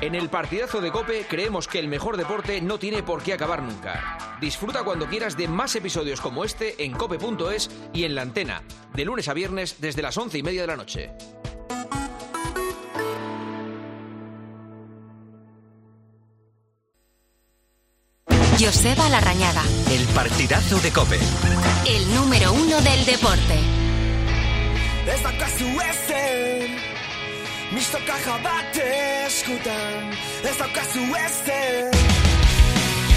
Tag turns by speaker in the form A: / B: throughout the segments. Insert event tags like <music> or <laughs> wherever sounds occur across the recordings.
A: En el partidazo de Cope creemos que el mejor deporte no tiene por qué acabar nunca. Disfruta cuando quieras de más episodios como este en cope.es y en la antena, de lunes a viernes desde las once y media de la noche.
B: Joseba Larrañaga,
C: El partidazo de Cope.
B: el número uno del deporte.
D: Ez daukazu ezen Mistoka jabate eskutan Ez daukazu ezen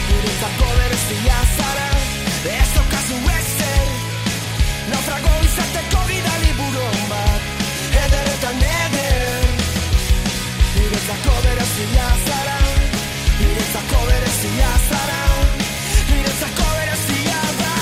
D: Guretzako berezia zara Ez daukazu ezer Naufrago izateko gidali buron bat Ederetan eder Niretzako berezia zara Niretzako berezia zara Niretzako berezia da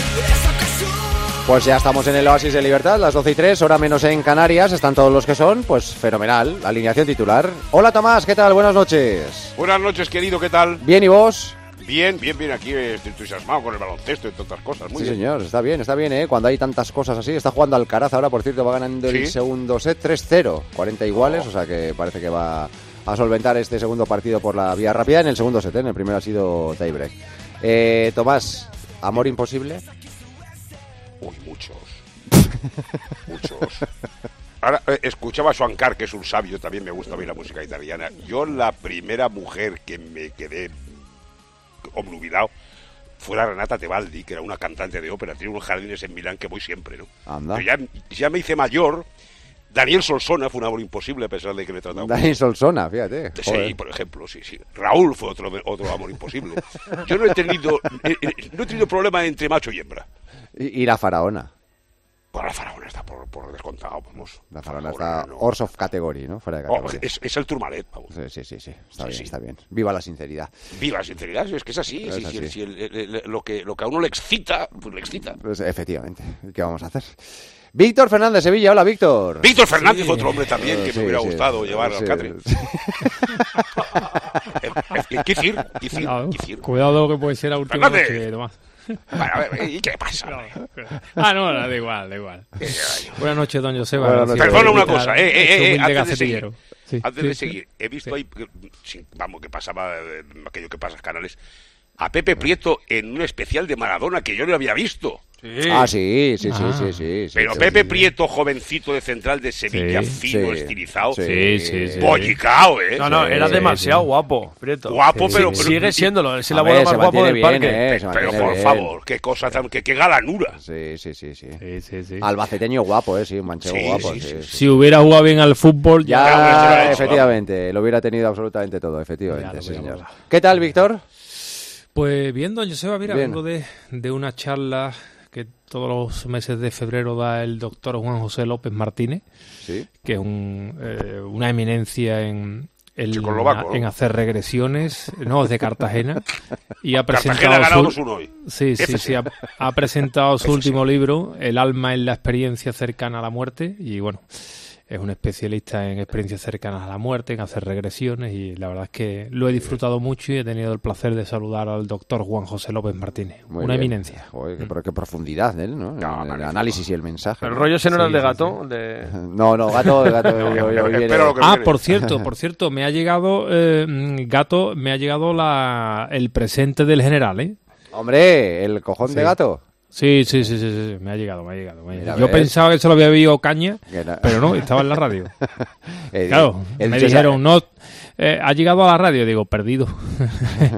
D: Ez daukazu
E: Pues ya estamos en el Oasis de Libertad, las 12 y 3, hora menos en Canarias, están todos los que son, pues fenomenal, alineación titular. Hola Tomás, ¿qué tal? Buenas noches.
F: Buenas noches, querido, ¿qué tal?
E: ¿Bien y vos?
F: Bien, bien, bien, aquí eh, estoy entusiasmado con el baloncesto y tantas cosas. Muy
E: sí
F: bien.
E: señor, está bien, está bien, ¿eh? Cuando hay tantas cosas así, está jugando Alcaraz ahora, por cierto, va ganando el
F: Sí. Oh.
E: segundo set 3-0, 40 iguales, o sea que parece que va a solventar este segundo partido por la vía rápida en el segundo set, ¿eh? en el primero ha sido tiebreak. Eh, Tomás, ¿amor imposible? <laughs>
F: Uy, muchos. muchos. Ahora, eh, escuchaba a Suancar, que es un sabio, también me gusta a mí la música italiana. Yo la primera mujer que me quedé obnubilado fue la Renata Tebaldi, que era una cantante de ópera. Tiene unos jardines en Milán que voy siempre, ¿no?
E: Anda.
F: Pero ya, ya me hice mayor. Daniel Solsona fue un amor imposible, a pesar de que me trataba...
E: Dani Solsona, fíjate.
F: Sí,
E: joder.
F: por ejemplo, sí, sí. Raúl fue otro, otro amor imposible. Yo no he tenido, eh, eh, no he tenido problema entre macho y hembra.
E: Y, y la faraona.
F: Bueno, la faraona está por, por descontado, vamos.
E: La faraona está
F: no.
E: Orso of Category, ¿no? Fuera de
F: Oh,
E: categoría.
F: es, es el turmalet, vamos.
E: Sí, sí, sí, sí. Está
F: Sí,
E: bien,
F: sí.
E: está bien. Viva la sinceridad.
F: Viva la sinceridad, es que es así.
E: Es
F: si- si-
E: así.
F: si el- el- el- lo, que, lo que a uno le excita, pues le excita.
E: Pues, efectivamente. ¿Qué vamos a hacer? Víctor Fernández Sevilla, hola Víctor.
F: Víctor Fernández, otro hombre también que
E: Sí,
F: me hubiera
E: sí.
F: gustado llevar
E: Sí.
F: al
E: <laughs>
F: catre. ¿Qué decir? ¿Qué decir?
G: Cuidado,
F: ¿Qué decir?
G: cuidado que puede ser la última
F: Fernández.
G: noche, Tomás.
F: Bueno, a ver, ¿y qué pasa?
G: Ah, no, no, da igual, da igual. Buenas noches, don Joseba.
E: Buenas noches.
F: Eh, Perdona una
G: ¿Qué tal?
F: cosa, eh, eh,
G: Es un
F: eh,
G: humilde
F: antes de
G: gacetillero.
F: seguir.
G: Sí.
F: Antes
G: Sí,
F: de
G: sí.
F: seguir, he visto ahí, que- sí, vamos, que pasaba eh, aquello que pasa en canales, a Pepe Prieto en un especial de Maradona que yo no había visto.
E: Ah, sí, sí, sí,
G: Ah.
E: sí, sí, sí.
F: Pero
E: sí,
F: Pepe
E: sí,
F: Prieto, jovencito de Central de Sevilla,
G: Sí,
F: fino,
E: sí,
F: estilizado,
G: Sí, sí, sí.
F: bollicao, ¿eh?
H: No, no,
E: Sí,
H: era
E: sí,
H: demasiado guapo, Prieto.
F: Guapo,
H: Sí,
F: pero-
H: sí,
F: pero-
H: Sigue siéndolo, es el
E: A ver,
H: abuelo
E: se
H: más guapo
E: mantiene
H: del
E: bien,
H: parque.
E: eh, se
F: Pero
E: mantiene
F: por
E: bien.
F: favor, qué cosa tan, qué, qué galanura.
E: Sí, sí, sí, sí.
G: Sí, sí, sí.
E: Albaceteño guapo, eh, sí, un manchego
F: Sí,
E: guapo.
F: sí,
E: sí,
F: sí,
E: sí.
G: Si hubiera jugado bien al fútbol, ya.
F: Ya lo hubiera
E: Ya,
F: hecho,
E: efectivamente, lo hubiera tenido absolutamente todo, efectivamente,
G: Ya lo
E: sí,
G: hubiera
E: señor.
G: volado.
E: ¿Qué tal, Víctor?
G: Pues bien, don Joseba, mira,
E: Bien.
G: vengo de, de una charla que todos los meses de febrero da el doctor Juan José López Martínez,
E: Sí.
G: que es un, eh, una eminencia en, en,
F: Checoslovaco, ¿no?
G: en hacer regresiones. No, es de Cartagena. Y
F: Cartagena
G: ha
F: ha
G: presentado.
F: ganado
G: su-
F: 2-1 hoy.
G: Sí, sí,
F: FC.
G: sí. Ha, ha presentado su último libro, El alma en la experiencia cercana a la muerte. Y bueno, es un especialista en experiencias cercanas a la muerte, en hacer regresiones. Y la verdad es que lo he disfrutado mucho y he tenido el placer de saludar al doctor Juan José López Martínez.
E: Muy
G: una
E: bien.
G: eminencia. Mm.
E: Joder, qué, pero qué profundidad de él, ¿no? El- el
F: magnífico.
E: análisis y el mensaje.
H: El
E: ¿no?
H: rollo ese no era el de
G: Sí, sí,
H: gato. de-
E: No, no,
H: <laughs>
E: gato, gato. yo- yo- yo- viene-
F: Espero lo que
G: Ah,
F: viene.
G: por cierto, por cierto, me ha llegado, eh, mm, gato, me ha llegado la, el presente del general, ¿eh?
E: Hombre, el cojón de gato.
G: Sí, sí, sí, sí, sí, sí, me ha llegado, me ha llegado. me ha
E: Mira,
G: llegado. Yo
E: ¿ves?
G: pensaba que se lo había bebido Caña,
E: Que no- <laughs>
G: pero no, estaba en la radio.
E: Eh,
G: Claro,
E: el
G: me
E: César-
G: dijeron, no, eh, ha llegado a la radio. Digo, perdido. <laughs>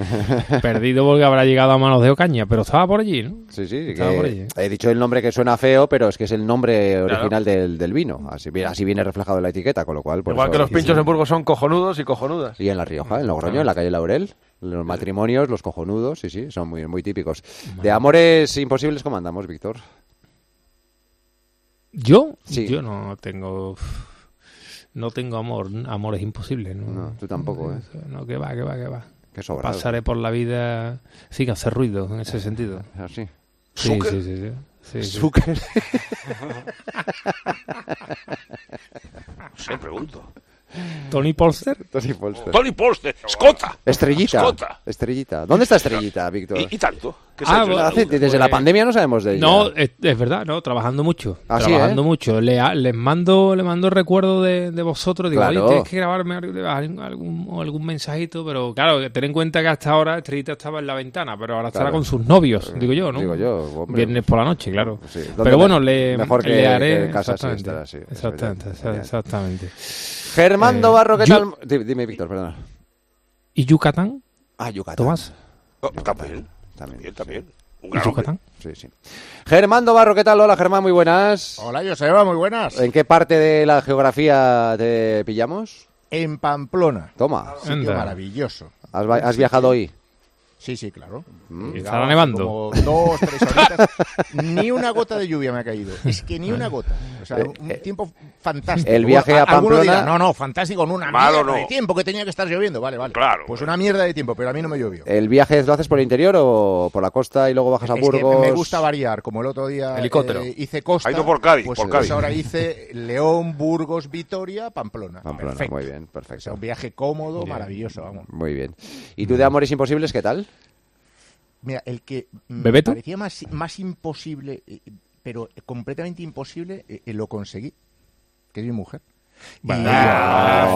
G: perdido porque habrá llegado a manos de Ocaña, pero estaba por allí, ¿no?
E: Sí, sí,
G: Estaba
E: que
G: por allí. ¿eh?
E: he dicho el nombre que suena feo, pero es que es el nombre original del, del vino. Así, vi- así viene reflejado en la etiqueta, con lo cual... por
H: Igual
E: eso
H: que los
E: dije-
H: pinchos en Burgos son cojonudos y cojonudas.
E: Y en La Rioja, en
G: Ah.
E: Logroño, en la calle Laurel. Los matrimonios, los cojonudos, sí, sí, son muy, muy típicos. De amores imposibles, ¿cómo andamos, Víctor?
G: ¿Yo?
E: Sí.
G: Yo no tengo... No tengo amor. Amor es imposible, ¿no?
E: No, tú tampoco, ¿eh?
G: No, que va, que va, que va.
E: Qué sobrado.
G: Pasaré por la vida sin hacer ruido, en ese sentido.
E: Así.
G: Sí, sí, sí, sí. Sí, sí.
E: Zucker.
F: Se pregunto.
G: Tony Polster.
E: Tony Polster.
F: Tony Polster, Escota.
E: Estrellita.
F: Escota.
E: Estrellita. ¿Dónde está Estrellita, Víctor?
F: ¿Y, y tanto? ¿Qué que
G: Ah,
F: se ha hecho
G: bueno. eh,
F: esa
E: Hace-
F: locura.
E: desde la pandemia no sabemos de ella.
G: No, es, es verdad, no, trabajando mucho.
E: Ah, sí,
G: trabajando
E: ¿eh?
G: mucho. Le, a- les mando, le mando recuerdo de, de vosotros. Digo,
E: Claro.
G: oye, tienes que grabarme algo- algún, algún mensajito, pero claro, ten en cuenta que hasta ahora Estrellita estaba en la ventana, pero ahora estará
E: Claro. Eh,
G: con sus novios, digo yo, ¿no?
E: digo yo, hombre.
G: Viernes por la noche, claro.
E: Sí, ¿dónde
G: Pero bueno,
E: me-
G: le,
E: mejor que-
G: le haré.
E: que en casa sí
G: exactamente,
E: estará, sí, eso ya,
G: exactamente,
E: ya.
G: exactamente.
E: Germán
G: Eh,
E: Dobarro, ¿qué
G: yo-
E: tal? Di- Dime, Víctor, perdona.
G: ¿Y Yucatán,
E: Ah, Yucatán.
G: Tomás?
F: Oh, también,
E: También,
F: también, también. Un
G: ¿Y
F: gran hombre.
G: Yucatán?
E: Sí, sí. Germán Dobarro, ¿qué tal? Hola, Germán, muy buenas.
I: Hola, Joseba, muy buenas.
E: ¿En qué parte de la geografía te pillamos?
I: En Pamplona.
E: Toma,
I: Sitio
G: Anda.
I: maravilloso.
E: has, va- has viajado hoy.
I: Sí, sí, claro.
G: ¿Y
I: Llegaba
G: estará
I: hace
G: nevando?
I: Como dos, tres horitas. <laughs> ni una gota de lluvia me ha caído. Es que ni una gota. O sea, un tiempo fantástico.
E: Eh, el viaje
I: Bueno,
E: a
I: alguno dirá,
E: Pamplona-
I: no, no, fantástico, no, una
F: Malo
I: mierda
F: no.
I: de tiempo que tenía que estar lloviendo. Vale, vale.
F: Claro.
I: Pues una mierda de tiempo, pero a mí no me llovió.
E: ¿El viaje lo haces por el interior o por la costa y luego bajas a
I: Es que
E: Burgos?
I: me gusta variar, como el otro día
H: Helicóptero.
I: eh, hice Costa.
F: Ha ido por Cádiz,
I: pues,
F: por
I: pues
F: Cádiz.
I: ahora hice León, Burgos, Vitoria, Pamplona.
E: Pamplona,
I: Perfecto.
E: Ah, muy bien,
I: O sea,
E: perfecto.
I: un viaje cómodo, maravilloso, vamos.
E: Muy bien. ¿Y tú de Amores Imposibles qué tal?
I: Mira, el que me
G: ¿Bebeto?
I: parecía más, más imposible, eh, pero completamente imposible, eh, eh, lo conseguí, que es mi mujer. Y-
H: ¡Fuera!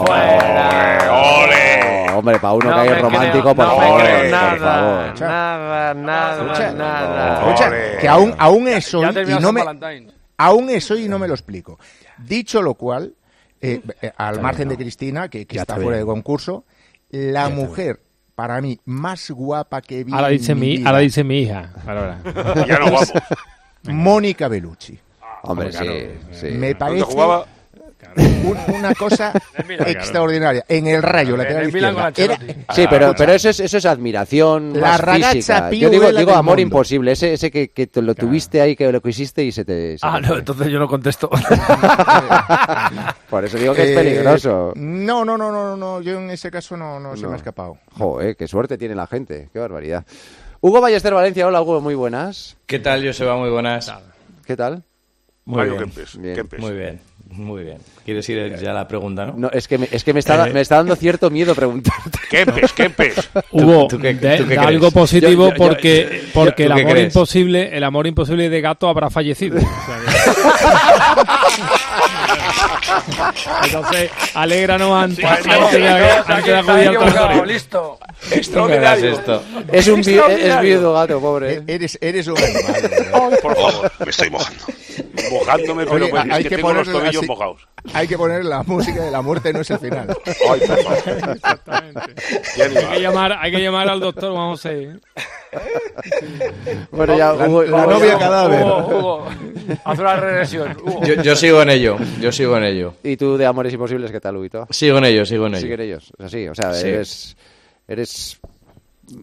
F: ¡Ole!
E: Oh, hombre, para uno
H: No
E: que
H: me
E: es romántico,
H: creo-
E: por
H: no me
E: favor. eh,
H: creo
E: por
H: nada,
E: favor. Oh,
H: nada, nada,
E: Escucha.
H: nada.
E: Escucha.
F: ¡Ole!
I: que aún, aún es hoy
H: Ya terminó
I: y no
H: San
I: me,
H: Valentín.
I: aún es hoy y no me lo explico. Dicho lo cual, eh,
H: Mm.
I: eh, al margen de Cristina, que, que está fuera de concurso, la mujer, para mí, más guapa que vi
G: Ahora
I: en
G: dice mi,
I: vida,
G: ahora dice mi hija. Ahora, ahora.
F: Ya nos vamos.
I: Mónica Bellucci.
E: Hombre, sí, sí.
I: Me
F: ¿Dónde
I: parece
F: jugaba?
I: un- una cosa
H: Milan,
I: extraordinaria. En el rayo,
H: En
I: lateral
H: el Milan con
I: izquierda. Era-
H: Ancelotti.
E: Sí, pero, pero eso, es, eso es admiración
I: Ah, La
E: más
I: ragazza
E: física.
I: più
E: Yo digo,
I: bella
E: digo
I: del
E: amor
I: mundo.
E: imposible, ese, ese que, que te lo tuviste ahí, que lo quisiste y se te... se
H: Ah,
E: te-
H: no, entonces yo no <laughs> contesto.
E: Por eso digo que
I: Eh,
E: es peligroso.
I: No, no, no, no, no, yo en ese caso no, no, se
E: No.
I: me ha escapado.
E: Joder, qué suerte tiene la gente, qué barbaridad. Hugo Ballester Valencia, hola Hugo, muy buenas.
J: ¿Qué tal, Joseba? Muy buenas.
E: ¿Qué tal?
J: Muy
F: Mario
J: bien.
F: Kempes.
E: Bien.
F: Kempes.
J: Muy bien, muy bien. ¿Quieres ir ya a la pregunta, no?
E: No, es que me, es que me, está,
J: Eh.
E: me está dando cierto
H: <laughs>
E: miedo preguntarte.
F: Kempes, Kempes.
G: Hubo
J: tú
G: de-
J: qué- tú qué
G: de
J: crees?
G: algo positivo
J: Yo- yo- yo-
G: porque,
J: yo-
G: porque
J: ¿tú
G: el
J: qué
G: amor
J: crees?
G: imposible, el amor imposible de gato habrá
J: <laughs>
G: fallecido. O sea que- Entonces, alégranos antes, antes de- antes de acudir al tanatorio.
H: Listo.
J: No me hagas esto.
E: Es un vi- es viudo gato,
I: E-
E: pobre. eh.
I: Eres, eres un animal. de
F: <laughs>
I: verdad.
F: Por favor, me estoy mojando. Mojándome, pero
I: Oye,
F: pues,
I: hay
F: es que,
I: que
F: tengo los
I: ponerle
F: tobillos
I: así.
F: mojados.
I: Hay que poner la música de la muerte, no es el final.
F: Ay, por favor. Qué
G: Hay que
F: animal.
G: llamar, hay que llamar al doctor Juan José.
E: Bueno, ya, Hugo,
I: La
E: Hugo,
I: novia
E: ya-
I: cadáver.
H: Hugo, Hugo, haz una regresión. Hugo.
J: Yo, yo sigo en ello, yo sigo en ello.
E: ¿Y tú de Amores Imposibles qué tal, Huguito?
J: Sigo en ello, sigo en
E: Siguen
J: ello.
E: ellos, es así, o sea,
J: Sí.
E: eres... Eres...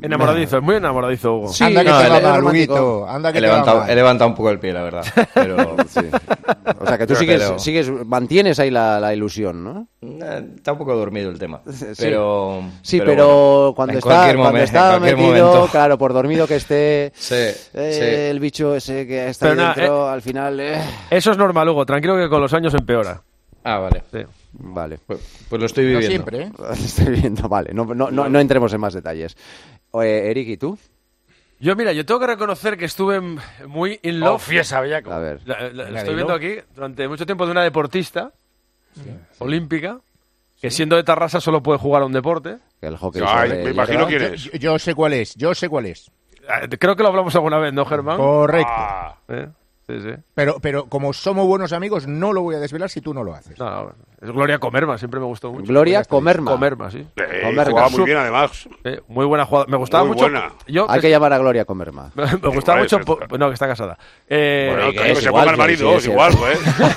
H: Enamoradizo, es muy enamoradizo, Hugo.
E: Sí,
I: anda que
J: no,
I: te va
J: el-
I: mal,
E: romántico.
I: Huguito, Anda que
J: He
I: te va
J: levantado, he
I: mal.
J: levantado un poco el pie, la verdad. Pero
E: Sí. O sea, que
J: <laughs>
E: tú
J: Pero-
E: sigues,
J: pero-
E: sigues, mantienes ahí la, la ilusión, ¿no?
J: eh, está un poco dormido el
E: <laughs>
J: tema. Pero.
E: Sí, pero,
J: bueno,
E: cuando,
J: en
E: está,
J: cualquier
E: cuando
J: momen- en
E: está
J: cualquier
E: metido,
J: momento. <laughs>
E: claro, por dormido que esté,
J: Sí,
E: eh, el bicho ese que está
H: Pero
E: ahí
H: nada,
E: dentro, al final... eh,
H: Eso es normal, Hugo. Tranquilo que con los años empeora.
J: sí. Ah, vale.
H: Sí.
E: Vale.
J: Pues, pues lo estoy
I: No
J: viviendo.
I: siempre, ¿eh?
E: <laughs> Estoy viendo, vale. No, no, no, no entremos en más detalles. Eh, Eric, ¿y tú?
H: Yo, mira, yo tengo que reconocer que estuve m- muy in love. fiesta, bellaco.
E: A ver.
H: estoy viendo aquí durante mucho tiempo de una deportista eh, olímpica que siendo de Tarrasa solo puede jugar a un deporte.
E: El hockey
F: Ay,
E: sobre
F: me
E: hielo. ¿eh?
F: imagino que
I: Yo,
F: eres.
I: yo- yo sé cuál es, yo sé cuál es.
H: Eh, Creo que lo hablamos alguna vez, ¿no, Germán?
I: Correcto.
F: Ah,
H: Eh, Sí, sí.
I: Pero, pero como somos bunos amigos, no lo voy a desvelar si tú no lo haces.
H: No, no, es Gloria Comerma, siempre me gustó mucho.
E: Gloria Comerma.
H: Comerma, sí.
F: eh,
E: Hombre,
F: jugaba
E: Jesús.
F: muy bien, además.
H: Eh, muy buena jugada. Me gustaba
F: Muy
H: mucho.
F: buena.
H: Yo,
E: Hay que llamar a
K: <laughs>
E: Gloria Comerma.
H: <laughs> me gustaba
F: Vale,
H: mucho.
F: pero-
H: po- No, que está casada. Eh,
F: Bueno,
E: que
F: que
E: es
F: se
E: igual,
F: ponga el
E: sí, sí,
F: marido,
E: es
F: es igual,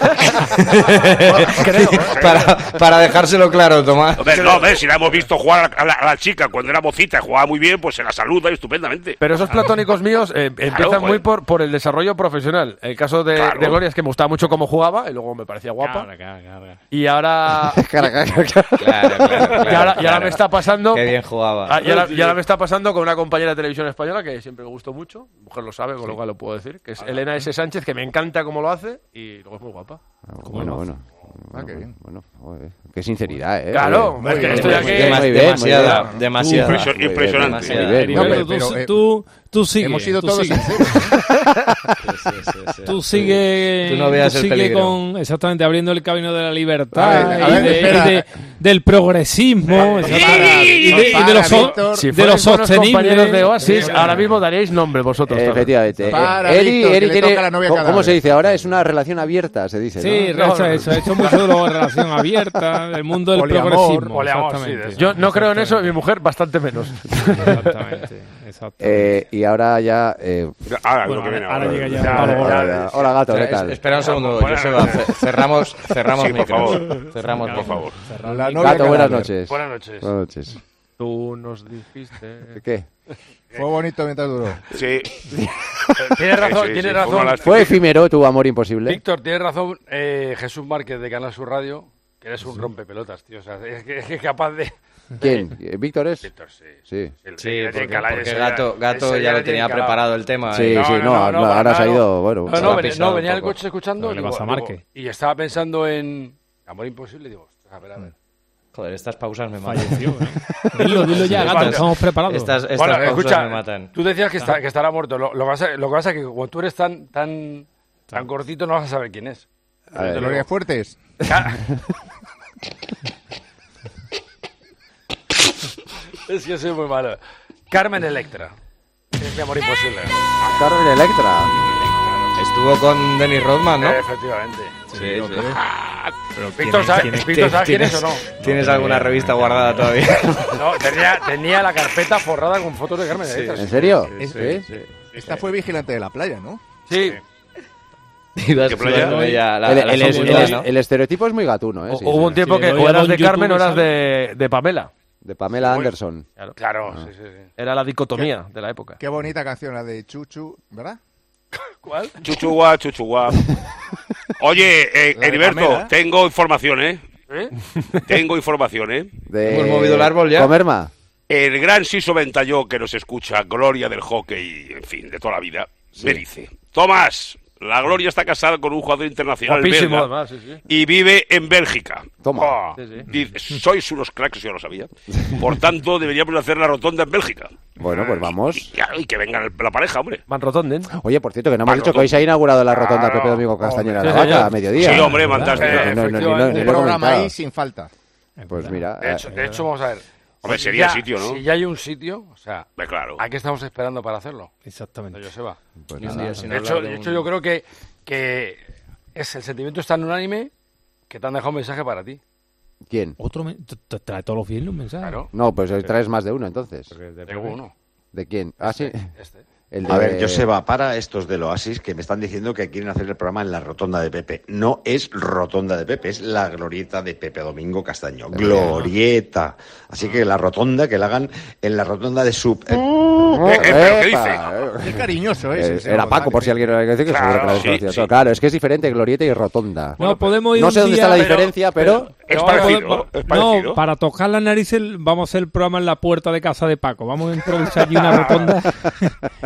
F: pues.
J: para, para dejárselo claro, Tomás.
F: Hombre, no, hombre, si la hemos visto jugar a la, a la chica cuando era mocita, jugaba muy bien, pues se la saluda estupendamente.
H: Pero esos platónicos míos eh, empiezan
F: Claro,
H: muy
F: joder.
H: por, por el desarrollo profesional. El caso de,
F: Claro.
H: de Gloria es que me gustaba mucho cómo jugaba y luego me parecía guapa. Y
E: <laughs>
H: ahora.
E: Cara, cara, cara.
J: Claro, claro, claro,
H: y ahora, y ahora
J: claro.
H: me está pasando.
J: Qué bien jugaba.
H: Ah, y, ahora, y ahora me está pasando con una compañera de televisión española que siempre me gustó mucho, mi mujer lo sabe, con lo cual lo puedo decir, que es Elena S. Sánchez, que me encanta cómo lo hace y luego es muy guapa.
E: Ah, Bueno, bueno. Bueno, bueno, bueno, joder, qué sinceridad, ¿eh?
H: Claro,
E: Muy
H: hombre,
E: bien,
H: esto
E: muy
H: ya
E: bien,
H: que-
E: muy bien, muy
J: Demasiada,
E: bien.
J: demasiada.
E: Muy bien,
F: Impresionante.
E: muy bien, muy bien.
G: Heriberto,
I: bien,
G: tú,
I: pero, eh,
G: tú, tú sigue.
I: hemos sido
G: tú
I: todos
G: sigue.
I: sinceros.
G: Tú sigue,
J: Tú no veas
G: tú
J: el
G: sigue
J: peligro.
G: con exactamente abriendo el camino de la libertad
I: A ver,
G: y
I: a ver,
G: de-
I: espera.
G: y de- del progresismo exactamente, y de, y de
I: para,
G: los so-
I: Víctor.
G: de
H: Si
G: los
H: fuerais buenos compañeros
G: sostenibles.
H: de Oasis, ahora mismo daríais nombres vosotros. también.
E: Eh, Efectivamente.
I: Para,
E: Eh, Eri-
I: Víctor,
E: Eri
I: que le
E: tiene-
I: toca la novia
E: ¿cómo- ¿Cómo
I: cadáver.
E: se dice ahora? Es una relación abierta, se dice,
G: Sí,
E: ¿no?
H: No,
G: Racha,
H: no, no.
G: eso. Esto es mucho de la relación abierta, del mundo del
I: Poliamor,
G: progresismo.
H: poliamor, sí,
G: exactamente.
H: de eso. Yo no creo en eso, mi mujer bastante menos.
G: Exactamente. exactamente.
E: Eh, y ahora ya... eh,
F: Ahora, lo
G: Bueno,
F: que
G: ahora-
F: viene
G: ahora
F: ahora.
G: llega ya
F: Ya,
G: Pablo
F: ya,
G: Gol.
F: ya.
E: hola, hola, gato, ¿qué
J: Espera,
E: tal?
J: es- espera un segundo,
F: Bueno,
J: Joseba. ce- Cerramos, cerramos
F: Sí, por
J: micros.
F: favor.
J: Cerramos, por favor.
I: La novia
E: Gato, buenas
I: cadáver.
E: noches.
H: Buenas noches.
E: Buenas noches.
H: Tú nos dijiste.
E: ¿Qué?
I: Fue bonito mientras
E: <laughs>
I: duró.
F: Sí.
K: Tienes razón,
F: Sí, sí,
K: tienes
F: sí, como
K: razón.
F: las-
E: ¿Fue efímero tu amor imposible?
K: Víctor, tienes razón. eh, Jesús Márquez de Canal Sur Radio, que eres un rompepelotas, tío. O sea, es que es que es capaz de.
E: ¿Quién? Eh, ¿Víctor es?
F: Pues
K: Víctor, sí.
E: Sí.
K: El-
J: Sí,
K: el- el-
J: porque,
K: el- el-
J: porque
K: ese
J: Gato,
K: ese
J: Gato ya
K: le
J: lo
K: tiene
J: tenía
K: calado.
J: preparado el tema.
E: Sí,
J: eh.
E: sí, no, no,
K: para
E: ahora se ha
K: nada,
E: ido, bueno,
K: No,
E: se
K: no,
E: la ha
K: venía,
J: pisado
K: no,
J: un
K: venía el
J: poco.
K: coche escuchando.
G: No le
K: digo,
G: vas a
K: digo,
G: Marque.
K: y estaba pensando en. Amor imposible, digo, ostras, a ver, a ver.
J: Joder, estas pausas me matan.
G: Dilo, dilo ya, gato, estamos preparados.
J: Estas, estas
K: Bueno,
J: pausas
K: escucha,
J: me matan.
K: tú decías que, está- que estará muerto. Lo, lo que pasa, lo que pasa es que como tú eres tan, tan, tan cortito, no vas a saber quién es.
E: A ver. <laughs>
I: Gloria Fuertes.
K: Es que soy muy malo. Carmen Electra. Es mi amor imposible.
E: Carmen Electra.
J: Estuvo con Dennis Rodman, ¿no?
K: Eh, Efectivamente.
J: Sí, sí.
K: Ah, Víctor, ¿sabes
G: quién es-
K: Víctor, ¿sabes quién
J: ¿Tienes,
K: es o no?
J: ¿tienes alguna revista guardada todavía?
K: <laughs> No, tenía, tenía la carpeta forrada con fotos de Carmen Electra.
E: ¿En serio? Sí.
I: Esta fue vigilante de la playa, ¿no?
K: Sí.
J: Ibas
F: ¿Qué
J: tú
F: playa?
J: con ella, la-
E: El,
J: la
E: el- el-
J: facultad,
E: el-
J: ¿no?
E: el estereotipo es muy gatuno, ¿eh? Sí,
H: Hubo un
E: sí.
H: tiempo
G: Sí,
H: que
G: lo
H: o
G: llamo
H: eras
G: en
H: de
G: YouTube
H: Carmen o
G: y
H: eras
G: sale.
H: de, de Pamela.
E: De Pamela Anderson.
K: Claro, sí, sí, sí.
H: Era la dicotomía de la época.
I: Qué bonita canción la de Chuchu, ¿verdad?
K: ¿Cuál?
F: Chuchuá, chuchuá. Oye, eh,
I: La de
F: Heriberto,
I: Pamela.
F: tengo información, ¿eh? <laughs> Tengo información, ¿eh?
E: De-
J: ¿Hemos movido el árbol ya?
E: Comerma.
F: El gran Siso Ventalló que nos escucha, gloria del hockey, en fin, de toda la vida, me dice: Tomás, la gloria está casada con un jugador internacional
H: Guapísimo,
F: belga
H: además, sí, sí.
F: y vive en Bélgica.
E: Toma.
F: Oh,
H: Sí, sí.
F: dice, Sois unos cracks, yo lo sabía. Por tanto, deberíamos hacer la rotonda en Bélgica.
E: Bueno, pues vamos.
F: Y, y- y que venga el- la pareja, hombre.
H: Van Rotonden.
E: Oye, por cierto, que no hemos
F: Para
E: dicho que
F: rotonda.
E: hoy se ha inaugurado la rotonda
F: Claro,
E: Pepe Domingo Castañera
H: hombre.
E: la
H: Sí, señor.
E: Vaca a mediodía.
F: Sí, hombre, fantástico.
E: No, no, no, ni lo- ni lo he
I: Un
K: Efectivamente.
I: programa
E: comentado.
I: ahí sin falta.
E: Pues mira,
K: De hecho,
E: eh,
K: de hecho, vamos a ver.
F: Hombre,
K: Si
F: sería
K: ya-
F: sitio, ¿no?
K: Si ya hay un sitio, o sea,
F: Hombre, claro.
K: ¿a qué estamos esperando para hacerlo?
G: Exactamente.
K: Joseba.
E: pues
J: Sí,
E: nada.
J: sí, sin
K: De
J: hablar
K: hecho,
J: de
K: de
J: un-
K: hecho, yo creo que, que es, el sentimiento es tan unánime que te han dejado un mensaje para ti.
E: ¿Quién?
G: Otro men- te- te trae todos los viernes un mensaje.
K: Claro.
E: No, pues hoy traes más de uno entonces.
K: Tengo uno.
E: ¿De quién? Ah, sí.
K: Este.
E: El de-
L: A ver, Joseba, para estos del Oasis que me están diciendo que quieren hacer el programa en la Rotonda de Pepe. No es Rotonda de Pepe, es la glorieta de Pepe Domingo Castaño. Glorieta. Así que la rotonda que la hagan en la rotonda de Sub.
F: Eh, eh, ¿Pero qué
E: Oh, Epa.
F: dice?
I: Qué cariñoso
E: Eh,
I: es.
E: Era Paco, por si alguien lo quiere decir, que
F: Claro,
E: seguro que lo habéis
F: sí,
E: conocido
F: sí.
E: todo. Claro, es que es diferente glorieta y rotonda.
G: No, podemos ir
E: pues, No
G: un
E: sé dónde
G: día-
E: está la diferencia, pero...
F: Es
G: No,
F: parecido.
G: podemos-
F: Es parecido.
G: No, para tocar las narices vamos a hacer el programa en la puerta de casa de Paco. Vamos a improvisar allí una
E: <laughs>
G: rotonda.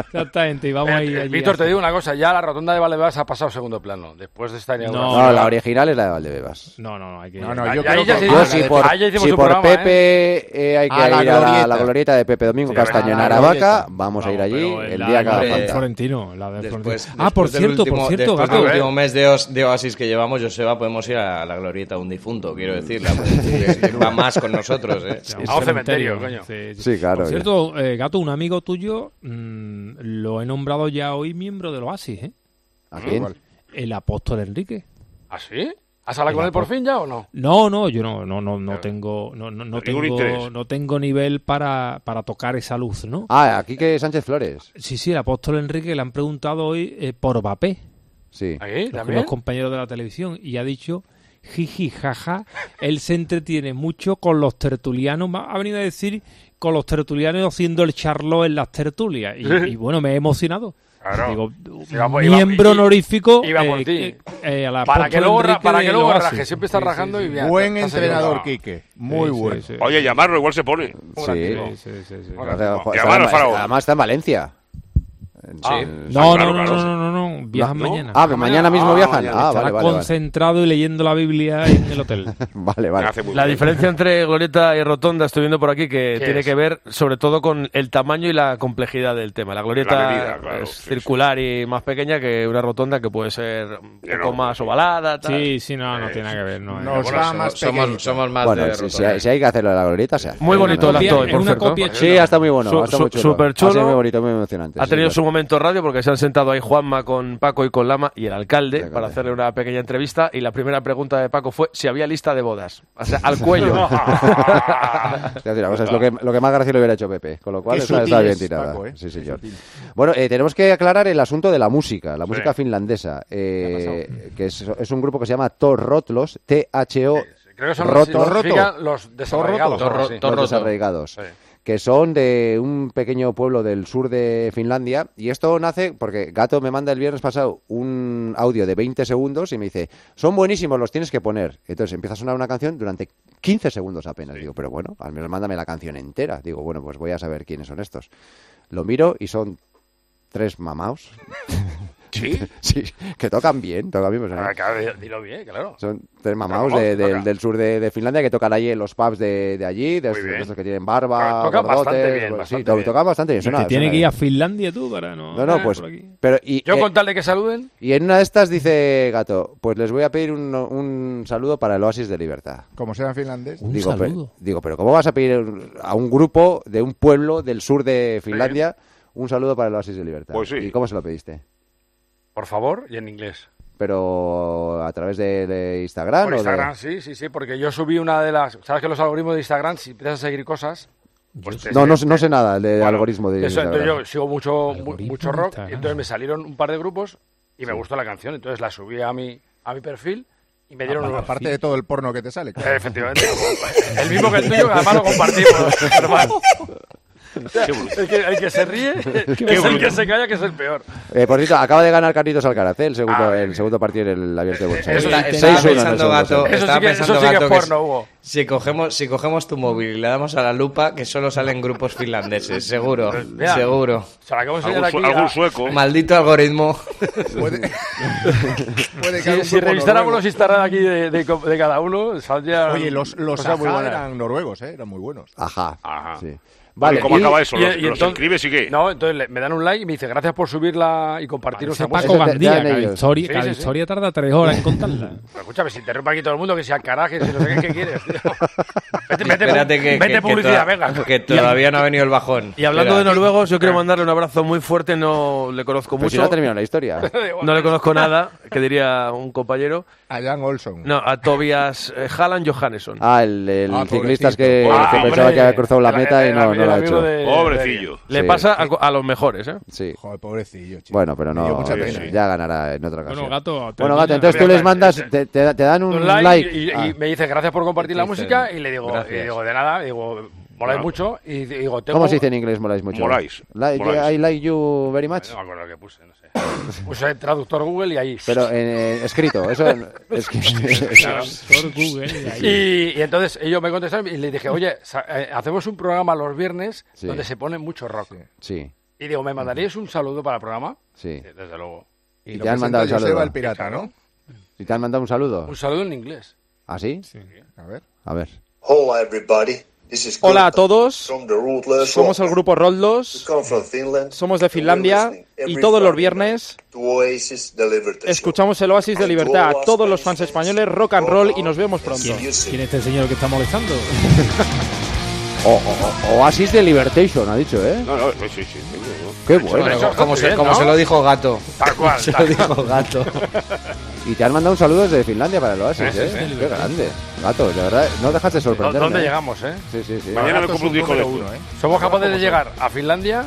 G: Exactamente, y vamos
K: Eh,
G: a ir
K: eh,
G: allí.
K: Víctor, te
G: a-
K: digo una cosa, ya la rotonda de Valdebebas ha pasado a segundo plano, después de esta inauguración.
E: No, la original es la de Valdebebas.
G: No, no, no, hay que
I: No, no, yo
K: Ahí
I: creo
K: ya
I: que...
K: se-
E: Yo
K: Ah,
E: si
K: la de-
E: por,
K: ah, ya hicimos
E: si
K: un
E: por
K: programa,
E: Pepe eh, hay que
I: A la
E: ir a la,
I: glorieta.
E: la glorieta de Pepe Domingo
I: Sí,
E: Castaño
I: a
E: en
I: la
E: Aravaca,
I: glorieta.
E: vamos a ir
G: Vamos,
E: allí
G: pero
E: el
G: la
E: día que haga
J: hombre,
E: falta.
G: Florentino, la de
J: Después,
G: Florentino. Ah, por
J: después del
G: cierto,
J: último-
G: por cierto,
J: después
G: gato.
J: del último mes de, os- de Oasis que llevamos, Joseba, podemos ir a la glorieta de un difunto,
G: Mm.
J: quiero decir. la-
G: <laughs>
J: va más con nosotros, ¿eh?
K: A un cementerio, coño.
E: Sí, claro,
G: Por
E: ya.
G: cierto, eh, gato, un amigo tuyo mm, lo he nombrado ya hoy miembro del Oasis, ¿eh?
E: ¿A quién?
G: El apóstol Enrique.
K: ¿Ah, sí? ¿Has hablado con él por fin ya o no?
G: No, no, yo no, no, no, no tengo, no, no, no
F: Ningún
G: tengo,
F: interés.
G: no tengo nivel para, para tocar esa luz, ¿no?
E: Ah, aquí que Sánchez Flores.
G: Sí, sí, el apóstol Enrique le han preguntado hoy eh, por Mbappé,
E: Sí.
K: ¿Ahí?
G: los,
K: ¿Ah, eh? ¿También?
G: los compañeros de la televisión, y ha dicho, jiji, jaja, él se entretiene mucho con los tertulianos, ma- ha venido a decir con los tertulianos haciendo el charlo en las tertulias, y, y bueno, me he emocionado.
K: Claro.
G: Digo,
K: Sí, vamos, iba-
G: miembro
K: y-
G: honorífico
K: iba por
G: eh,
K: ti.
G: eh, eh, al
K: Para
G: apóstol
K: que luego, ra-
G: Enrique
K: para
G: de
K: que luego
G: Oasis.
K: raje, siempre está
G: Sí, sí,
K: rajando
G: sí.
K: y bien.
I: Buen
K: estás
I: entrenador,
K: ayudando.
I: Quique. Muy
G: Sí, sí,
I: bueno.
G: sí.
F: Oye, llamarlo, igual se pone.
E: Sí.
G: Sí, sí, sí, sí.
E: O sea,
F: Llamar
E: jo- está en-
F: al faraón.
E: Además está en Valencia. en-
G: Ah.
E: en-
G: No, no, no, no, no, no, no, viajan
E: No, no.
G: mañana.
E: Ah, mañana mismo
G: Ah,
E: viajan.
G: mañana.
E: Ah,
G: Estará
E: vale, vale, vale.
G: concentrado y leyendo la Biblia en el
K: <laughs>
G: hotel.
E: vale, vale.
H: La diferencia entre Glorieta y Rotonda, estoy viendo por aquí, que
G: ¿Qué
H: tiene
G: es?
H: que ver sobre todo con el tamaño y la complejidad del tema. La Glorieta
F: La medida, claro,
H: es
F: sí,
H: circular y más pequeña que una Rotonda que puede ser un poco más ovalada. tal.
G: Sí, sí, no, no tiene nada que ver. No,
H: Nos
G: eh.
H: va Bueno, más somos- pequeñito. somos más
E: Bueno,
H: de
E: si,
H: rotonda.
E: si hay, si hay que hacerlo de la glorieta, se hace.
H: Muy bonito el
E: Una
H: acto hoy,
E: copia-
H: por
E: una
H: cierto.
E: copia Sí,
H: chula.
E: está muy bueno.
H: Su-
E: está muy
H: su-
E: chulo.
H: superchulo.
E: Ha sido muy bonito, muy emocionante.
H: Ha
E: sí,
H: tenido
E: sí.
H: su momento radio porque se han sentado ahí Juanma con Paco y con Lama y el alcalde para hacerle una pequeña entrevista y la primera pregunta de Paco fue si había lista de bodas. O sea,
K: <laughs>
H: al cuello.
E: <laughs> Te voy a decir una cosa, es lo que, lo que más gracia le hubiera hecho Pepe, con lo cual
H: Qué
E: está, está
H: sutil
E: bien
H: es,
E: tirada.
H: Paco, ¿eh?
E: Sí, señor. Bueno, eh, tenemos que aclarar el asunto de la música, la música finlandesa, eh, que es, es un grupo que se llama Torrotlos, T-H-O.
K: Creo que son los-
E: Rotos.
K: significa los desarraigados.
E: Torroto.
K: algo así.
E: Los desarraigados, que son de un pequeño pueblo del sur de Finlandia. Y esto nace porque Gato me manda el viernes pasado un audio de 20 segundos y me dice, son buenísimos, los tienes que poner. Entonces empieza a sonar una canción durante 15 segundos apenas. Digo, pero bueno, al menos mándame la canción entera. Digo, bueno, pues voy a saber quiénes son estos. Lo miro y son tres mamaos. <laughs> ¿Sí? sí, que tocan bien, tocan bien. pues,
K: Ah, claro, dilo bien, claro.
E: son tres mamaos
K: Vamos,
E: de- de-
K: toca.
E: del sur de, de Finlandia que tocan ahí en los pubs de, de allí, de estos,
K: bien.
E: de estos que tienen barba,
K: Ah, tocan
E: gordotes,
K: bastante bien,
E: bueno, sí,
K: bastante
E: to-
K: bien.
E: tocan bastante bien.
G: Te
E: Suena,
G: Este tiene
E: suena
G: que ir
E: bien.
G: a Finlandia tú para no.
E: No, no,
G: andar
E: pues...
G: por aquí.
E: Pero y,
K: Yo
E: eh,
K: con tal de que saluden,
E: y en una de estas dice Gato, pues les voy a pedir un, un saludo para el Oasis de Libertad.
I: Como será finlandés.
E: digo, Pero, digo, pero ¿cómo vas a pedir un- a un grupo de un pueblo del sur de Finlandia un saludo para el Oasis de Libertad?
K: Pues sí.
E: ¿Y cómo se lo pediste?
K: por favor, y en inglés.
E: ¿Pero a través de, de Instagram?
K: Por
E: o Ah, de-
K: Instagram, sí, sí, sí, porque yo subí una de las... ¿Sabes que los algoritmos de Instagram, si empiezas a seguir cosas... pues te-
E: No, no, sé- no sé nada del algoritmo de
K: Eso,
E: Instagram.
K: entonces yo sigo mucho, mu- mucho
G: de
K: rock,
G: Instagram.
K: y entonces me salieron un par de grupos y me gustó la canción, entonces la subí a mi, a mi perfil y
J: Ah,
K: me dieron... un-
I: Aparte
J: <laughs>
I: de todo el porno que te sale. claro.
K: Eh, Efectivamente. el mismo que el tuyo, que además lo compartimos.
J: <laughs>
K: hermano. el, que, el que se ríe es el que se calla, que es el peor.
E: Eh, por cierto, acaba de ganar Carlitos Alcaraz, ¿eh? el, segundo, el segundo partido en el abierto de Buenos Aires.
J: Estaba
E: 6-1 en el
J: pensando,
E: segundo
J: gato,
E: set.
J: estaba pensando,
K: sí que es
J: Gato, que
K: porno,
J: si-
M: Oh.
K: Hugo.
J: Si cogemos, si cogemos tu móvil y le damos a la lupa, que solo salen grupos finlandeses,
M: <laughs>
J: seguro,
M: Pues
K: Mira,
J: seguro.
K: se la acabo de enseñar aquí a-
J: Maldito algoritmo.
I: <laughs> Puede que
K: Si,
I: algún
K: si
I: grupo
K: revisáramos
I: noruego.
K: los Instagram aquí de, de co- de cada uno, saldría.
I: Oye, los, los
K: cosas muy
I: ajá
K: buenas.
I: eran noruegos, ¿eh? eran muy buenos.
E: Ajá. sí.
F: Vale, ¿cómo
K: y-
F: acaba eso?
K: y-
F: ¿Los,
K: y
F: los
K: entonces-
F: escribes y qué?
K: No, entonces le- me dan un like y me dice gracias por subirla y compartir
G: Parece
K: nuestra
G: Paco
K: música".
G: Gandía, cada
K: ellos.
G: historia,
K: Sí,
G: cada
K: sí, sí.
G: historia tarda tres horas en
K: <laughs>
G: contarla.
K: Pero escúchame, si interrumpe aquí todo el mundo, que sea caraje, si no sé qué, ¿qué quieres,
J: <laughs>
K: tío. Vete, vete,
J: Espérate que,
K: vete
J: que- que
K: publicidad,
J: toda-
K: venga.
J: que todavía no ha venido el bajón.
H: Y hablando
J: Espera. Ah.
H: de noruegos, yo quiero mandarle un abrazo muy fuerte, no le conozco
E: Pero
H: mucho.
E: si no ha terminado la historia.
H: No le conozco nada, que diría un compañero.
I: A Jan Olson.
H: No, a Tobias eh, Haaland Johansson.
E: Ah, el, el
H: Ah,
E: ciclista
H: pobrecito.
E: es que,
H: Ah,
E: que
H: hombre.
E: pensaba que había cruzado la meta y
H: El-
E: no,
H: el
E: no lo ha
H: amigo
E: hecho.
H: de- Le
E: Sí.
H: pasa a, a los mejores, ¿eh?
E: Sí.
I: Joder, pobrecillo.
E: Bueno, pero
I: Me dio
E: no,
I: mucha pena,
E: sí,
I: ¿eh?
E: ya ganará en otra
I: Bueno,
E: ocasión.
I: Gato,
E: bueno,
I: termina.
E: gato entonces tú les mandas, te, te- te dan un
K: Un
E: like.
K: like, y, y-
E: Ah.
K: y me dice gracias por compartir la
E: Dicen,
K: música y le digo,
E: gracias.
K: y digo de nada, digo, moláis
E: No.
K: mucho y digo, tengo...
E: ¿Cómo se dice en inglés moláis mucho?
K: Moláis,
E: Like- eh,
K: moláis.
E: I like you very much.
K: No me acuerdo lo que puse, no sé. <laughs> Puse el traductor Google y ahí...
E: Pero eh, escrito, eso... es que- <laughs>
K: Y, y entonces ellos me contestaron y les dije, oye, sa- eh, hacemos un programa los viernes
E: Sí.
K: donde se pone mucho rock.
E: Sí,
K: Y digo, ¿me mandaríais un saludo para el programa?
E: sí.
K: Desde luego.
E: Y te han mandado un saludo.
I: el pirata, ¿no?
E: ¿Y te han mandado un saludo?
K: Un saludo en inglés.
E: ¿Ah, sí?
I: A ver.
E: A ver.
N: Hola, everybody. This is
M: Hola a
N: Gurta
M: todos.
N: from the Ruthless
M: Somos el
N: Rock.
M: grupo
N: We
M: Roldos,
N: come from Finland
M: somos de Finlandia y todos los viernes
N: to Oasis The Liberty
M: escuchamos el Oasis de Libertad a todos los fans españoles rock and roll y nos vemos pronto.
G: ¿Quién es este señor que está molestando?
E: O, o- Oasis de Libertation, ha dicho, ¿eh?
F: No, no, sí, sí, sí, sí.
E: Qué bueno.
J: Bueno, como, se, como se lo dijo Gato.
K: Tal
E: cual,
J: Se
E: tal
J: lo dijo
E: cual.
J: Gato.
E: Y te han mandado un saludo desde Finlandia para el Oasis,
K: Sí, sí,
E: ¿eh?
K: sí.
E: Qué grande. Gato, de verdad, no dejas de sorprenderme.
K: ¿Dónde
E: ¿eh?
K: llegamos, eh?
E: Sí, sí, sí.
F: Mañana me compro un disco de esto.
K: Somos capaces de llegar a Finlandia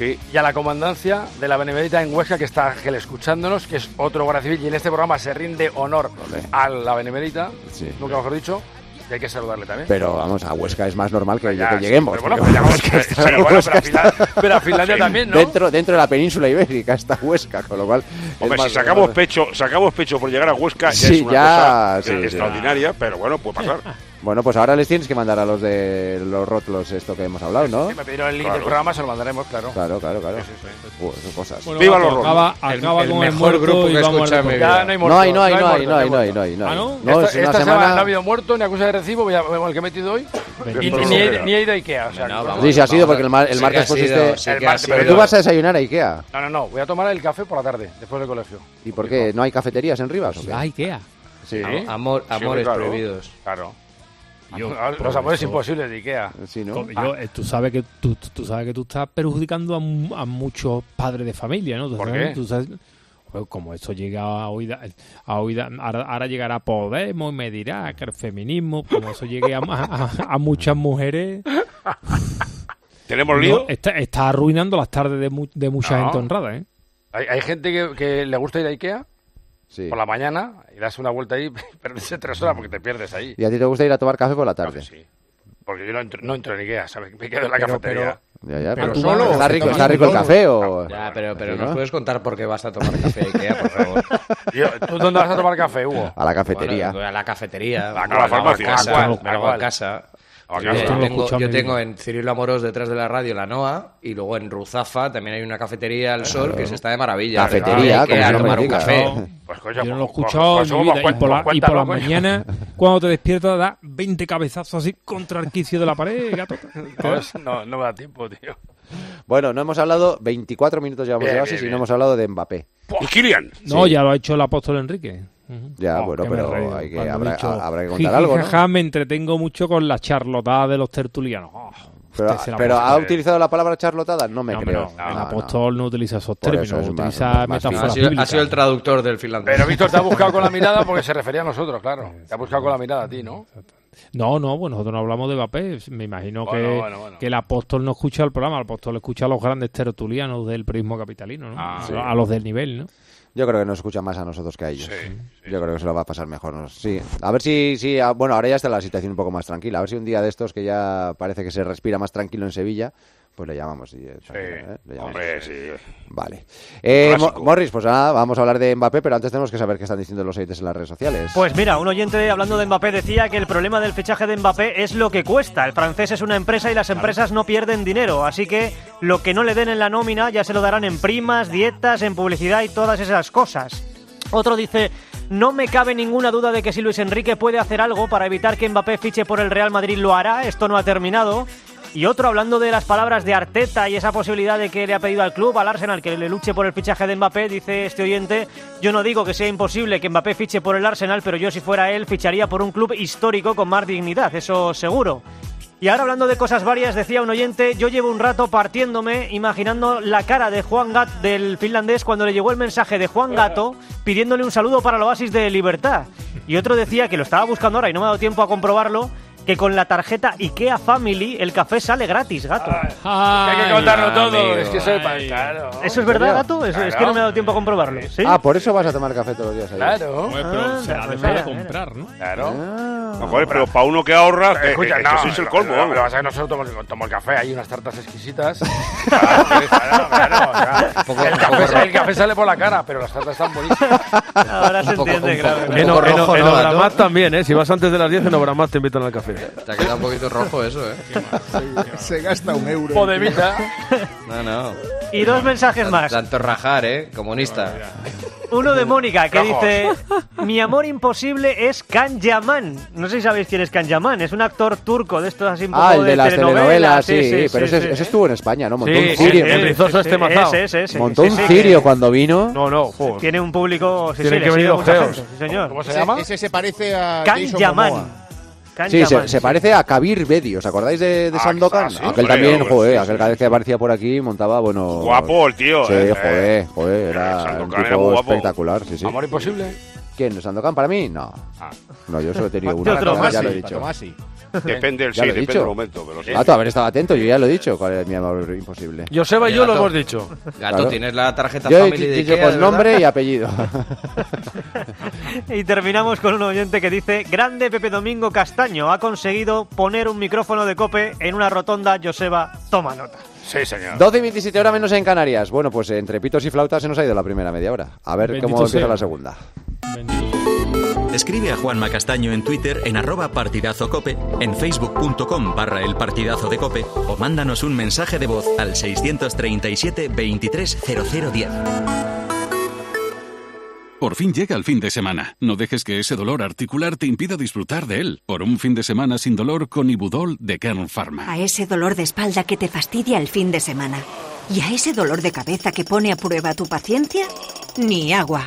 F: y
K: a la comandancia de la Benemérita en Huesca, que está Ángel escuchándonos, que es otro guardia civil. Y en este programa se rinde honor a la Benemérita,
E: Sí.
K: nunca mejor dicho, y hay que saludarle también.
E: Pero vamos, a Huesca es más normal que,
K: Pues Ya,
E: que
K: sí,
E: lleguemos.
K: pero bueno,
E: porque <laughs>
K: pero
F: eh,
K: ya- pero- pero bueno, pero a
E: vamos, que está- Huesca está-
K: Finlandia- pero a Finlandia también, ¿no?
E: Dentro, dentro de la península ibérica está Huesca, con lo cual. es
F: Hombre, si
E: más-
F: sacamos pecho, sacamos pecho por llegar a Huesca, ya
E: Sí,
F: es una
E: ya,
F: cosa
E: sí,
F: eh,
E: sí.
F: extraordinaria, pero bueno, puede pasar.
E: Bueno, pues ahora les tienes que mandar a los de los rotlos esto que hemos hablado, ¿no?
K: Si me pidieron el link
E: Claro.
K: del programa, se lo mandaremos, claro.
E: Claro, claro, claro.
K: Sí, sí, sí.
E: Buah, son cosas.
K: Bueno, Viva los acaba- Rolling. acaba El- con el el mejor muerto grupo y que vamos al escuché en mi deporte. vida. Ya no hay
E: No hay, no hay, no hay,
K: muerto,
E: no hay, no hay, no hay, no hay. No, es
K: esta
E: una
K: esta semana... no ha
E: semana.
K: habido muerto, ni acusa de recibo, voy a- el que he metido hoy.
E: Bendito
K: Y, y ni, he, ni he ido a Ikea. O sea, no,
E: Sí, se ha sido porque el, mar- el
K: Sí que
E: martes
K: ha sido,
E: pusiste.
K: sí que ha sido.
E: Pero tú vas a desayunar a Ikea.
K: no, no, no, voy a tomar el café por la tarde, después del colegio.
E: ¿Y por qué? ¿No hay cafeterías en Rivas? o qué?
G: Ah, Ikea.
E: Sí.
J: Amor,
K: Sí,
J: amores
K: claro.
J: prohibidos.
K: Claro.
G: Yo,
K: los amores
G: profesor.
K: imposibles de Ikea.
E: Sí,
G: Co- yo, eh, tú, sabes que, tú, tú- tú sabes que tú estás perjudicando a, mu- a muchos padres de familia, ¿no? Tú
K: ¿Por
G: sabes-
K: qué?
G: tú sabes- Pues como eso llega a oída, a oída- ahora, ahora llegará Podemos y me dirá que el feminismo, como eso llegue a, ma- a- a muchas mujeres...
F: ¿Tenemos
G: no,
F: lío?
G: está, está arruinando las tardes de, mu- de mucha
K: No.
G: gente honrada, ¿eh?
K: Hay, hay gente que, que le gusta ir a Ikea
E: Sí.
K: por la mañana y das una vuelta ahí <laughs> y perderse tres horas porque te pierdes ahí.
E: ¿Y a ti te gusta ir a tomar café por la tarde?
K: Porque yo no entro, no entro en Ikea, ¿sabes? Me quedo en la
I: Pero-
K: cafetería.
E: Ya, ya,
K: ¿Pero
E: pero
K: solo o
E: ¿Está
K: te
E: rico,
K: tomas
E: está
K: un
E: rico el
K: yogur?
E: café o.?
J: Ya, pero, pero
E: Sí,
J: nos
E: ¿no?
J: puedes contar por qué vas a tomar café a Ikea, por favor.
K: Yo- ¿Tú dónde vas a tomar café,
G: <laughs>
K: Hugo?
E: A la cafetería.
J: Bueno, a la cafetería.
K: A la farmacia.
J: Me
K: ¿A
J: lo hago a casa,
K: cuál?
J: me lo hago
K: ¿A
J: a
K: cuál?
J: casa.
K: ¿A casa?
J: Yo, yo
K: Esto lo he
J: tengo,
K: escuchado
J: yo
K: en mi
J: tengo en Cirilo Amorós detrás de la radio la NOA y luego en Ruzafa también hay una cafetería al sol que se está de maravilla.
E: Cafetería,
J: Hay que
E: como
J: a
E: se
J: tomar
E: me
J: un
E: diga.
J: café.
E: <laughs>
J: pues,
G: Yo no lo he
K: pues,
G: escuchado en mi vida. Y por la, y por la
J: <laughs>
G: mañana, cuando te despiertas, da 20 cabezazos así contra el quicio de la pared,
J: <laughs>
G: gato.
K: Pues <laughs> no, no me da tiempo, tío.
E: Bueno, no hemos hablado, 24 minutos llevamos
K: Bien,
E: de
K: bien,
E: bases y
K: bien.
E: no hemos hablado de Mbappé.
F: ¡Oh, Kylian!
G: No,
E: Sí.
G: ya lo ha hecho el apóstol Enrique. Ujú. Oh,
E: Ya, bueno,
G: que me he
E: pero
G: reído
E: hay que,
G: cuando he
E: habrá,
G: dicho,
E: ha- habrá que
G: "Jiji,
E: contar algo, ¿no?
G: jaja, me entretengo mucho con la charlotada de los tertulianos. Oh,
E: Pero,
G: usted se la
E: pero
G: busca.
E: ¿ha utilizado la palabra charlotada? No me
G: No, hombre,
E: creo.
G: no, el apóstol no utiliza esos
E: Por eso
G: términos,
E: es más-
G: utiliza
E: más
G: metáforas
J: Ha sido, ha
G: bíblicas.
J: sido el traductor del finlandés.
K: Pero Víctor te ha buscado con la mirada porque se refería a nosotros, claro. Te ha buscado con la mirada a ti, ¿no?
G: No, no, pues nosotros no hablamos de Mbappé. Me imagino
K: Bueno,
G: que,
K: bueno, bueno.
G: que el apóstol no escucha el programa, el apóstol escucha a los grandes tertulianos del periodismo capitalino, ¿no?
K: Ah,
G: a,
K: sí.
G: a los del nivel, ¿no?
E: Yo creo que nos escucha más a nosotros que a ellos. Yo creo que se lo va a pasar mejor. ¿no? Sí. A ver si, si a- bueno, ahora ya está la situación un poco más tranquila. A ver si un día de estos que ya parece que se respira más tranquilo en Sevilla, pues le llamamos. y, eh, tranquilo, ¿eh? Le llamamos.
F: Hombre, sí.
E: Vale. Eh, Mo-
F: Clásico.
E: Morris, pues nada, vamos a hablar de Mbappé, pero antes tenemos que saber qué están diciendo los oyentes en las redes sociales.
O: Pues mira, un oyente hablando de Mbappé decía que el problema del fichaje de Mbappé es lo que cuesta. El francés es una empresa y las empresas no pierden dinero, así que lo que no le den en la nómina ya se lo darán en primas, dietas, en publicidad y todas esas cosas. Otro dice, no me cabe ninguna duda de que si Luis Enrique puede hacer algo para evitar que Mbappé fiche por el Real Madrid lo hará, esto no ha terminado. Y otro hablando de las palabras de Arteta y esa posibilidad de que le ha pedido al club, al Arsenal, que le luche por el fichaje de Mbappé, dice este oyente, yo no digo que sea imposible que Mbappé fiche por el Arsenal, pero yo si fuera él ficharía por un club histórico con más dignidad, eso seguro. Y ahora hablando de cosas varias, decía un oyente, yo llevo un rato partiéndome, imaginando la cara de Juan Gat del finlandés cuando le llegó el mensaje de Juan Gato pidiéndole un saludo para el Oasis de Libertad. Y otro decía que lo estaba buscando ahora y no me ha dado tiempo a comprobarlo, que con la tarjeta IKEA Family el café sale gratis, gato.
K: hay que contarlo todo.
J: amigo.
K: Es que soy pa- claro.
O: ¿Eso es verdad, gato? Es, es que no me ha dado tiempo a comprobarlo. ¿sí?
E: Ah, por eso vas a tomar café todos los días. ahí.
K: Claro.
G: pero se la hace
O: mira,
G: para
O: mira.
G: comprar, ¿no?
K: Claro.
F: No, joder, pero para uno que ahorra, eh,
K: Escucha,
F: eh,
K: no,
F: eso es el colmo.
K: no,
F: vamos.
K: Lo que pasa es que nosotros tomamos, tomamos café, hay unas tartas
F: <laughs>
K: exquisitas. Claro, claro, claro, claro.
J: poco-
K: el,
J: un poco
K: café,
J: rojo.
K: el café sale por la cara, pero las tartas están buenísimas.
O: Ahora se
J: Un poco-
O: entiende,
J: un
O: claro.
J: poco-
O: claro.
H: En,
J: poco
H: en-
J: rojo,
H: en
J: ¿no,
H: Obramat
J: Gato?
H: también, ¿eh? Si vas antes de las 10, en Obramat te invitan al café.
J: Te ha quedado un poquito rojo eso, ¿eh?
I: ¿eh? Se gasta un euro.
K: Podemita.
J: No, no.
O: Y dos mensajes más.
J: Tanto rajar, ¿eh? Comunista.
O: Uno de Mónica que
J: Cajos.
O: dice: Mi amor imposible es Can Yaman. No sé si sabéis quién es Can Yaman, es un actor turco de estos así un poco
E: Ah, el de las
O: telenovelas,
E: telenovelas, sí, sí, pero
O: sí,
E: ese,
O: sí.
E: ese estuvo en España, ¿no? Montó un
H: sí,
E: cirio,
H: el rizoso este mazao.
O: Ese, ese, ese.
E: montó
O: Sí,
E: un
O: sí,
E: cirio cuando vino.
H: No, no, joder.
O: que Tiene un público. Sí,
H: Tienen
O: sí,
H: que
O: le sigue
H: venir
O: mucha
H: ojeos.
O: gente, sí, señor.
K: ¿Cómo se
I: Ese,
K: llama?
I: ese se parece a
O: Can
I: Jason Momoa.
O: Yaman. Can
E: Sí, se,
O: Yaman,
E: se
O: sí.
E: parece a Kabir Bedi, ¿os acordáis de, de
F: Ah,
E: Sandokan?
F: sí,
E: aquel
F: hombre,
E: también,
F: hombre,
E: joder,
F: sí,
E: aquel
F: sí,
E: cada vez que aparecía por aquí montaba, bueno...
F: Guapo el tío,
E: Sí,
F: eh,
E: joder, joder, era un
F: Sandokan
E: tipo
F: era muy guapo.
E: espectacular, sí, sí.
K: Amor imposible.
E: ¿Quién, Sandokan para mí? No. No, yo solo
J: <laughs>
E: he tenido uno,
O: otro
E: ya,
O: más,
E: ya
I: Tomasi,
E: lo he
I: a
E: dicho.
I: Tomasi.
F: <laughs> Depende del
E: Ya
F: sí,
E: lo
F: depende
E: he dicho. Ah,
F: del momento. Pero sí.
E: Gato, haber estado atento, yo ya lo he dicho, cuál era mi amor imposible.
H: Joseba y
J: Oye,
H: yo lo
J: gato.
H: hemos dicho.
J: Gato,
E: Claro.
J: tienes la tarjeta
E: Yo he
J: family de
E: dicho
J: Ikea,
E: con
J: ¿verdad?
E: nombre y apellido. <laughs>
O: Y terminamos con un oyente que dice: Grande Pepe Domingo Castaño ha conseguido poner un micrófono de cope en una rotonda. Joseba, toma nota.
K: Sí, señor.
E: 12 y 27 horas menos en Canarias. Bueno, pues entre pitos y flautas se nos ha ido la primera media hora. A ver
G: Bendito
E: cómo empieza
G: sea.
E: la segunda.
G: Bendito.
C: Escribe a Juanma Castaño en Twitter en arroba partidazocope, en facebook.com barra el partidazo de cope o mándanos un mensaje de voz al 637 230010.
P: Por fin llega el fin de semana. No dejes que ese dolor articular te impida disfrutar de él. Por un fin de semana sin dolor con Ibudol de Kern Pharma.
B: A ese dolor de espalda que te fastidia el fin de semana. Y a ese dolor de cabeza que pone a prueba tu paciencia, ni agua.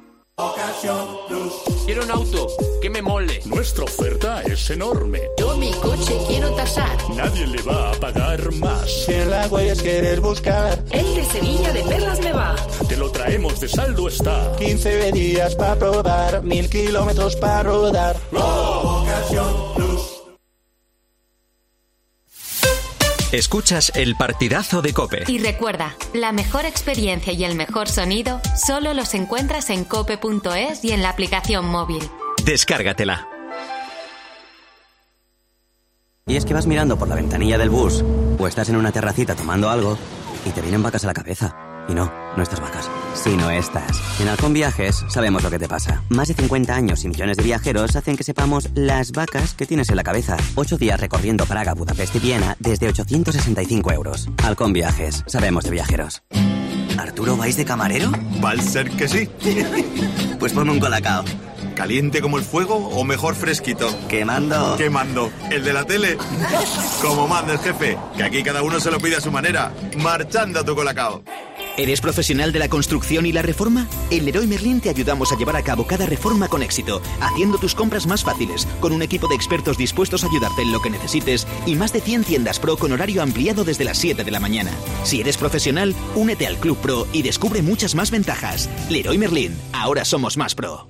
A: Quiero un auto que me mole.
Q: Nuestra oferta es enorme.
R: Yo mi coche quiero tasar.
Q: Nadie le va a pagar más.
S: Si en la huellas quieres buscar,
R: El de Sevilla de Perlas me va.
Q: Te lo traemos de saldo está.
S: 15 días para probar, mil kilómetros para rodar.
C: Escuchas el partidazo de cope.
B: Y recuerda, la mejor experiencia y el mejor sonido solo los encuentras en cope.es y en la aplicación móvil.
C: Descárgatela.
T: Y es que vas mirando por la ventanilla del bus o estás en una terracita tomando algo y te vienen vacas a la cabeza. Y no, no estas vacas, sino estas. En Halcón Viajes sabemos lo que te pasa. Más de 50 años y millones de viajeros hacen que sepamos las vacas que tienes en la cabeza. Ocho días recorriendo Praga, Budapest y Viena desde 865 euros. Halcón Viajes, sabemos de viajeros. ¿Arturo vais de camarero?
U: Va a ser que sí.
T: <laughs> Pues ponme un colacao.
U: ¿Caliente como el fuego o mejor fresquito?
T: Quemando.
U: Quemando. ¿El de la tele? Como manda el jefe, que aquí cada uno se lo pide a su manera. Marchando a tu colacao.
V: ¿Eres profesional de la construcción y la reforma? En Leroy Merlin te ayudamos a llevar a cabo cada reforma con éxito, haciendo tus compras más fáciles, con un equipo de expertos dispuestos a ayudarte en lo que necesites y más de 100 tiendas pro con horario ampliado desde las 7 de la mañana. Si eres profesional, únete al Club Pro y descubre muchas más ventajas. Leroy Merlin, ahora somos más pro.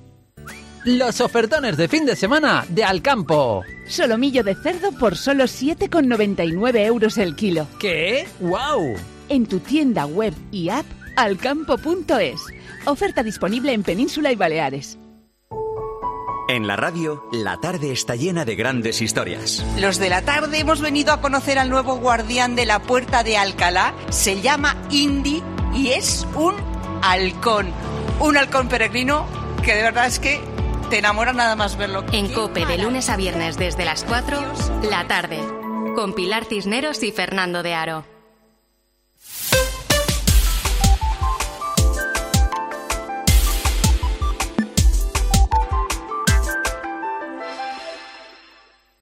W: Los ofertones de fin de semana de Alcampo.
X: Solomillo de cerdo por solo 7,99 euros el kilo.
W: ¿Qué? ¡Wow!
X: En tu tienda web y app alcampo.es. Oferta disponible en Península y Baleares.
C: En la radio, la tarde está llena de grandes historias.
Y: Los de la tarde hemos venido a conocer al nuevo guardián de la puerta de Alcalá. Se llama Indy y es un halcón. Un halcón peregrino que de verdad es que te enamora nada más verlo.
B: En Cope de lunes a viernes desde las 4, la tarde. Con Pilar Cisneros y Fernando de Aro.